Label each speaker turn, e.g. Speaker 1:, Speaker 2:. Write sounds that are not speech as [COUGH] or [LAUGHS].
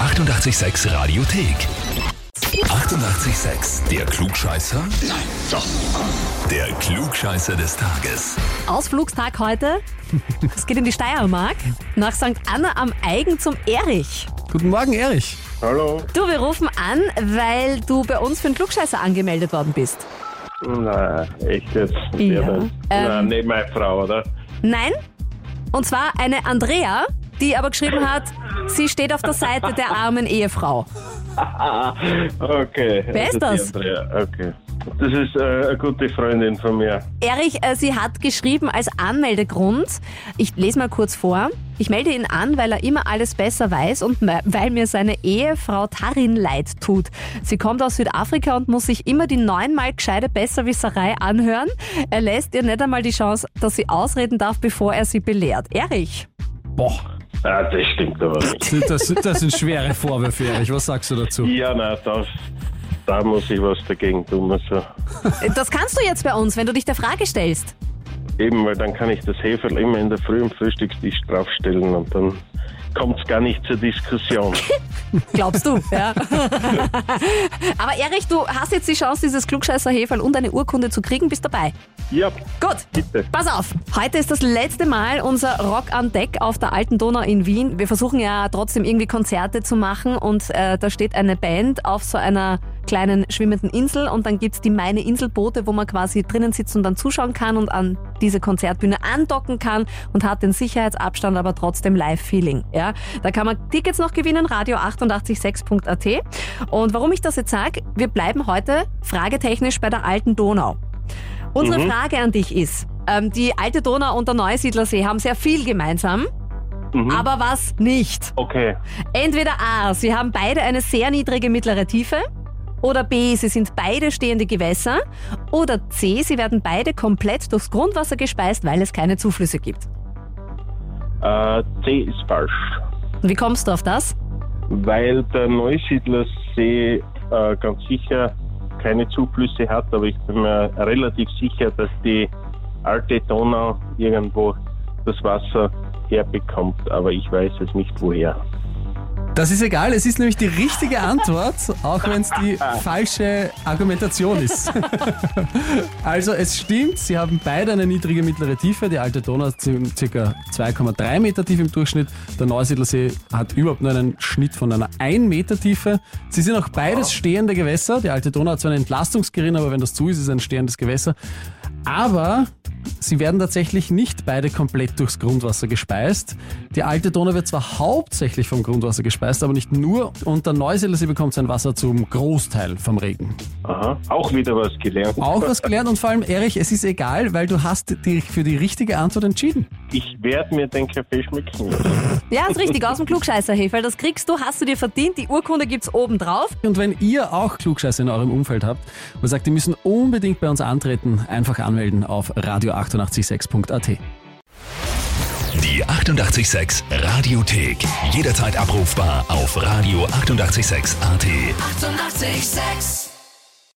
Speaker 1: 886 Radiothek. 88,6. Der Klugscheißer? Nein, doch. Der Klugscheißer des Tages.
Speaker 2: Ausflugstag heute. Es geht in die Steiermark. Nach St. Anna am Eigen zum Erich.
Speaker 3: Guten Morgen, Erich.
Speaker 4: Hallo.
Speaker 2: Du, wir rufen an, weil du bei uns für einen Klugscheißer angemeldet worden bist.
Speaker 4: Na, echt jetzt?
Speaker 2: Ja.
Speaker 4: Wer das? Na,
Speaker 2: Ähm.
Speaker 4: nicht meine Frau, oder?
Speaker 2: Nein? Und zwar eine Andrea, die aber geschrieben hat, sie steht auf der Seite der armen Ehefrau.
Speaker 4: Okay.
Speaker 2: Wer ist
Speaker 4: also die
Speaker 2: das?
Speaker 4: Andrea, Okay. Das ist äh, eine gute Freundin von mir.
Speaker 2: Erich, äh, sie hat geschrieben als Anmeldegrund, ich lese mal kurz vor, ich melde ihn an, weil er immer alles besser weiß und me- weil mir seine Ehefrau Tarin leid tut. Sie kommt aus Südafrika und muss sich immer die neunmal gescheite Besserwisserei anhören. Er lässt ihr nicht einmal die Chance, dass sie ausreden darf, bevor er sie belehrt. Erich,
Speaker 3: Boah,
Speaker 4: Ah, das stimmt aber nicht.
Speaker 3: das, das sind schwere Vorwürfe, Erich. Was sagst du dazu?
Speaker 4: Ja, na, das, da muss ich was dagegen tun. Also.
Speaker 2: das kannst du jetzt bei uns, wenn du dich der Frage stellst.
Speaker 4: Eben, weil dann kann ich das Heferl immer in der Früh am Frühstückstisch draufstellen und dann kommt es gar nicht
Speaker 2: [LAUGHS]
Speaker 4: zur Diskussion.
Speaker 2: Glaubst du, ja. [LAUGHS] Aber Erich, du hast jetzt die Chance, dieses klugscheißer Heferl und eine Urkunde zu kriegen, bist dabei.
Speaker 4: ja,
Speaker 2: Gut,
Speaker 4: bitte.
Speaker 2: Pass auf, heute ist das letzte Mal unser Rock an Deck auf der Alten Donau in Wien. Wir versuchen ja trotzdem irgendwie Konzerte zu machen und äh, da steht eine Band auf so einer kleinen schwimmenden Insel und dann gibt's die Meine Insel Boote, wo man quasi drinnen sitzt und dann zuschauen kann und an diese Konzertbühne andocken kann und hat den Sicherheitsabstand, aber trotzdem Live-Feeling. Ja? Da kann man Tickets noch gewinnen, radio886.at. Und warum ich das jetzt sage, wir bleiben heute fragetechnisch bei der Alten Donau. Unsere Frage an dich ist, ähm, die alte Donau und der Neusiedlersee haben sehr viel gemeinsam,
Speaker 4: Mhm.
Speaker 2: aber was nicht?
Speaker 4: Okay.
Speaker 2: Entweder A, sie haben beide eine sehr niedrige mittlere Tiefe, oder B, sie sind beide stehende Gewässer, oder C, sie werden beide komplett durchs Grundwasser gespeist, weil es keine Zuflüsse gibt.
Speaker 4: Äh, C ist falsch.
Speaker 2: Und wie kommst du auf das?
Speaker 4: weil der Neusiedlersee äh, ganz sicher keine Zuflüsse hat, aber ich bin mir relativ sicher, dass die alte Donau irgendwo das Wasser herbekommt, aber ich weiß es nicht woher.
Speaker 3: Das ist egal, es ist nämlich die richtige Antwort, auch wenn es die falsche Argumentation ist. [LAUGHS] also es stimmt, sie haben beide eine niedrige mittlere Tiefe. Die alte Donau ist ca. 2,3 Meter tief im Durchschnitt. Der Neusiedlersee hat überhaupt nur einen Schnitt von einer 1 Meter Tiefe. Sie sind auch beides stehende Gewässer. Die alte Donau hat zwar einen Entlastungsgerinne, aber wenn das zu ist, ist es ein stehendes Gewässer. Aber sie werden tatsächlich nicht beide komplett durchs Grundwasser gespeist. Die alte Donau wird zwar hauptsächlich vom Grundwasser gespeist, aber nicht nur. Und der Neusiedlersee bekommt sein Wasser zum Großteil vom Regen.
Speaker 4: Aha, auch wieder was gelernt.
Speaker 3: Auch was gelernt und vor allem, Erich, es ist egal, weil du hast dich für die richtige Antwort entschieden.
Speaker 4: Ich werde mir den Kaffee schmecken.
Speaker 2: Ja, ist richtig, aus dem klugscheißer Hefe. Das kriegst du, hast du dir verdient, die Urkunde gibt's oben drauf.
Speaker 3: Und wenn ihr auch Klugscheiße in eurem Umfeld habt und sagt, die müssen unbedingt bei uns antreten, einfach anmelden auf radio886.at.
Speaker 1: Die 88,6 Radiothek. Jederzeit abrufbar auf radio886.at. 88,6.
Speaker 5: Eighty-eight, sex.